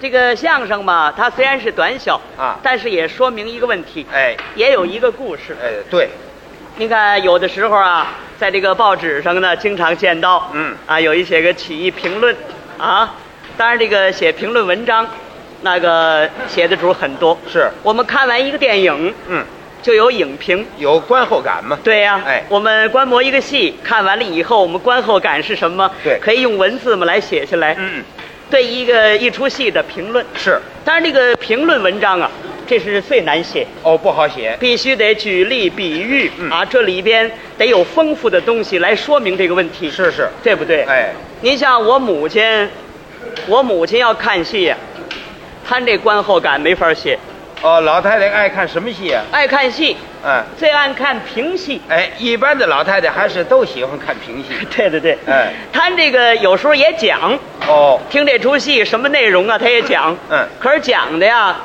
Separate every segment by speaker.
Speaker 1: 这个相声吧，它虽然是短小
Speaker 2: 啊
Speaker 1: 但是也说明一个问题，
Speaker 2: 哎
Speaker 1: 也有一个故事。
Speaker 2: 哎，对，
Speaker 1: 您看，有的时候啊，在这个报纸上呢，经常见到，
Speaker 2: 嗯
Speaker 1: 啊，有一些个起义评论，啊，当然这个写评论文章，那个写的主很多。
Speaker 2: 是
Speaker 1: 我们看完一个电影，
Speaker 2: 嗯，
Speaker 1: 就有影评。
Speaker 2: 有观后感嘛？
Speaker 1: 对呀、
Speaker 2: 哎
Speaker 1: 我们观摩一个戏，看完了以后，我们观后感是什么？
Speaker 2: 对
Speaker 1: 可以用文字嘛来写下来。
Speaker 2: 嗯，
Speaker 1: 对一个一出戏的评论，
Speaker 2: 是
Speaker 1: 当然这个评论文章啊，这是最难写。
Speaker 2: 哦，不好写，
Speaker 1: 必须得举例比喻、
Speaker 2: 嗯
Speaker 1: 啊，这里边得有丰富的东西来说明这个问题，
Speaker 2: 是是，
Speaker 1: 对不对？，
Speaker 2: 哎，
Speaker 1: 您像我母亲，我母亲要看戏呀、她这观后感没法写，
Speaker 2: 哦，老太太爱看什么戏啊？
Speaker 1: 爱看戏，
Speaker 2: 嗯，
Speaker 1: 最爱看评戏。
Speaker 2: 哎，一般的老太太还是都喜欢看评戏。
Speaker 1: 对对对，
Speaker 2: 哎，
Speaker 1: 她这个有时候也讲，
Speaker 2: 哦，
Speaker 1: 听这出戏什么内容啊，她也讲，
Speaker 2: 嗯
Speaker 1: 可是讲的呀，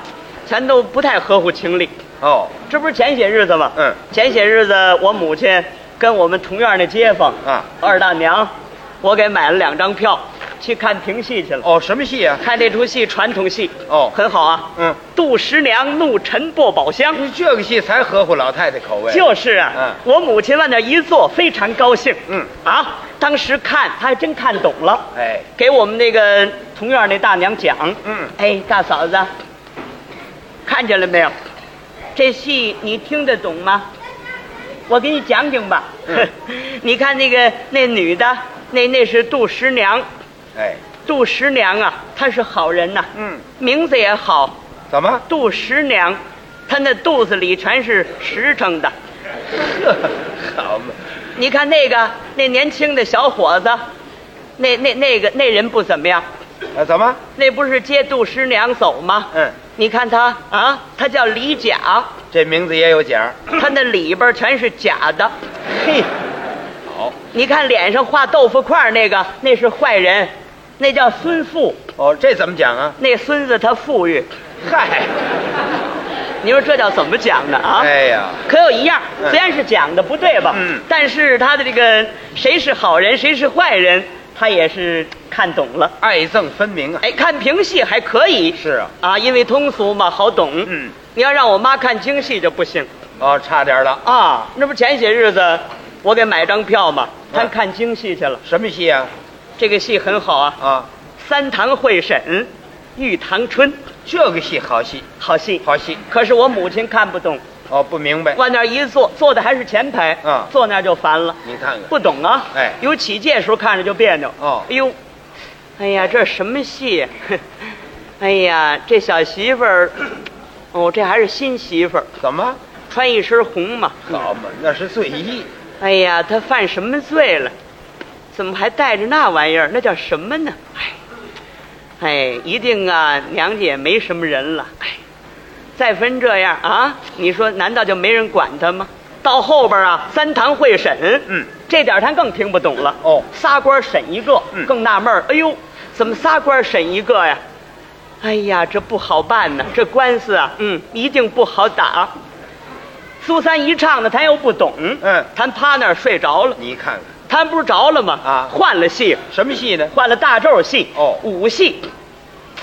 Speaker 1: 全都不太合乎情理。
Speaker 2: 哦，
Speaker 1: 这不是前些日子吗？
Speaker 2: 嗯，
Speaker 1: 前些日子我母亲跟我们同院那街坊
Speaker 2: 啊
Speaker 1: 二大娘，我给买了两张票去看评戏去了。
Speaker 2: 哦，什么戏啊？
Speaker 1: 看这出戏传统戏
Speaker 2: 哦
Speaker 1: 很好啊。
Speaker 2: 嗯，
Speaker 1: 杜十娘怒沉薄宝箱，
Speaker 2: 这个戏才合乎老太太口味。
Speaker 1: 就是啊，
Speaker 2: 嗯
Speaker 1: 我母亲往那一坐，非常高兴。
Speaker 2: 嗯
Speaker 1: 啊，当时看她还真看懂了。
Speaker 2: 哎，
Speaker 1: 给我们那个同院那大娘讲，
Speaker 2: 嗯
Speaker 1: 哎，大嫂子，看见了没有？这戏你听得懂吗？我给你讲讲吧。
Speaker 2: 嗯
Speaker 1: 你看那个那女的，那那是杜十娘，
Speaker 2: 哎，
Speaker 1: 杜十娘啊，她是好人呐、
Speaker 2: 嗯，
Speaker 1: 名字也好，
Speaker 2: 怎么？
Speaker 1: 杜十娘，她那肚子里全是实诚的。
Speaker 2: 好嘛，
Speaker 1: 你看那个那年轻的小伙子，那那那个那人不怎么样，
Speaker 2: 啊，怎么？
Speaker 1: 那不是接杜十娘走吗？
Speaker 2: 嗯，
Speaker 1: 你看他啊，他叫李甲，
Speaker 2: 这名字也有奖。
Speaker 1: 他那里边全是假的。
Speaker 2: 嘿，好，
Speaker 1: 你看脸上画豆腐块儿那个，那是坏人，那叫孙富，
Speaker 2: 哦，这怎么讲啊？
Speaker 1: 那孙子他富裕。
Speaker 2: 嗨，
Speaker 1: 你说这叫怎么讲呢？啊？
Speaker 2: 哎呀，
Speaker 1: 可有一样，
Speaker 2: 嗯
Speaker 1: 虽然是讲的不对吧，
Speaker 2: 嗯
Speaker 1: 但是他的这个谁是好人，谁是坏人，他也是看懂了。
Speaker 2: 爱憎分明啊。
Speaker 1: 哎，看评戏还可以，
Speaker 2: 是啊，
Speaker 1: 啊，因为通俗嘛，好懂。
Speaker 2: 嗯，
Speaker 1: 你要让我妈看京戏就不行
Speaker 2: 哦，差点了。
Speaker 1: 啊。那不前些日子我给买张票嘛，
Speaker 2: 嗯
Speaker 1: 她看京戏去了。
Speaker 2: 什么戏啊？
Speaker 1: 这个戏很好啊，
Speaker 2: 啊，
Speaker 1: 三堂会审，玉堂春，
Speaker 2: 这个戏好戏，
Speaker 1: 好戏。
Speaker 2: 好戏。
Speaker 1: 可是我母亲看不懂，
Speaker 2: 哦，不明白。
Speaker 1: 往那儿一坐，坐的还是前排，
Speaker 2: 啊
Speaker 1: 坐那儿就烦了。
Speaker 2: 你看看，
Speaker 1: 不懂啊，
Speaker 2: 哎
Speaker 1: 有起见时候看着就别扭。
Speaker 2: 哦
Speaker 1: 哎呦，哎呀，这什么戏 呀、哎呀，这小媳妇儿， 哦，这还是新媳妇儿，
Speaker 2: 怎么？
Speaker 1: 穿一身红嘛。
Speaker 2: 好嘛，那是醉意。
Speaker 1: 哎呀，她犯什么罪了？怎么还带着那玩意儿？那叫什么呢？哎，哎，一定啊，娘家也没什么人了。哎，再分这样啊，你说难道就没人管她吗？到后边啊，三堂会审，
Speaker 2: 嗯，
Speaker 1: 这点儿他更听不懂了。
Speaker 2: 哦
Speaker 1: 仨官审一个，
Speaker 2: 嗯
Speaker 1: 更纳闷儿，哎呦，怎么仨官审一个呀？哎呀，这不好办呐，这官司啊，嗯，一定不好打。苏三一唱呢，咱又不懂，
Speaker 2: 嗯
Speaker 1: 咱趴那儿睡着了，
Speaker 2: 你看看，
Speaker 1: 咱不是着了吗？
Speaker 2: 啊
Speaker 1: 换了戏，
Speaker 2: 什么戏呢？
Speaker 1: 换了大咒戏，
Speaker 2: 哦
Speaker 1: 武戏，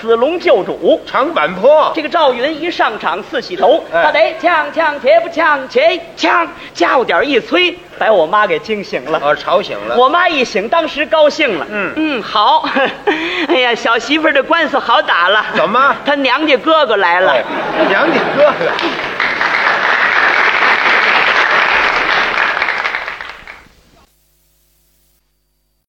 Speaker 1: 子龙救主。
Speaker 2: 长坂坡。
Speaker 1: 这个赵云一上场四喜头，
Speaker 2: 哎
Speaker 1: 他得呛呛，且不呛，且呛，家伙点儿一催，把我妈给惊醒了。
Speaker 2: 哦，吵醒了。
Speaker 1: 我妈一醒，当时高兴了。
Speaker 2: 嗯
Speaker 1: 嗯，好。 哎呀，小媳妇儿这官司好打了。
Speaker 2: 怎么哎
Speaker 1: 她娘家哥哥来了。
Speaker 2: 哦，娘家哥哥，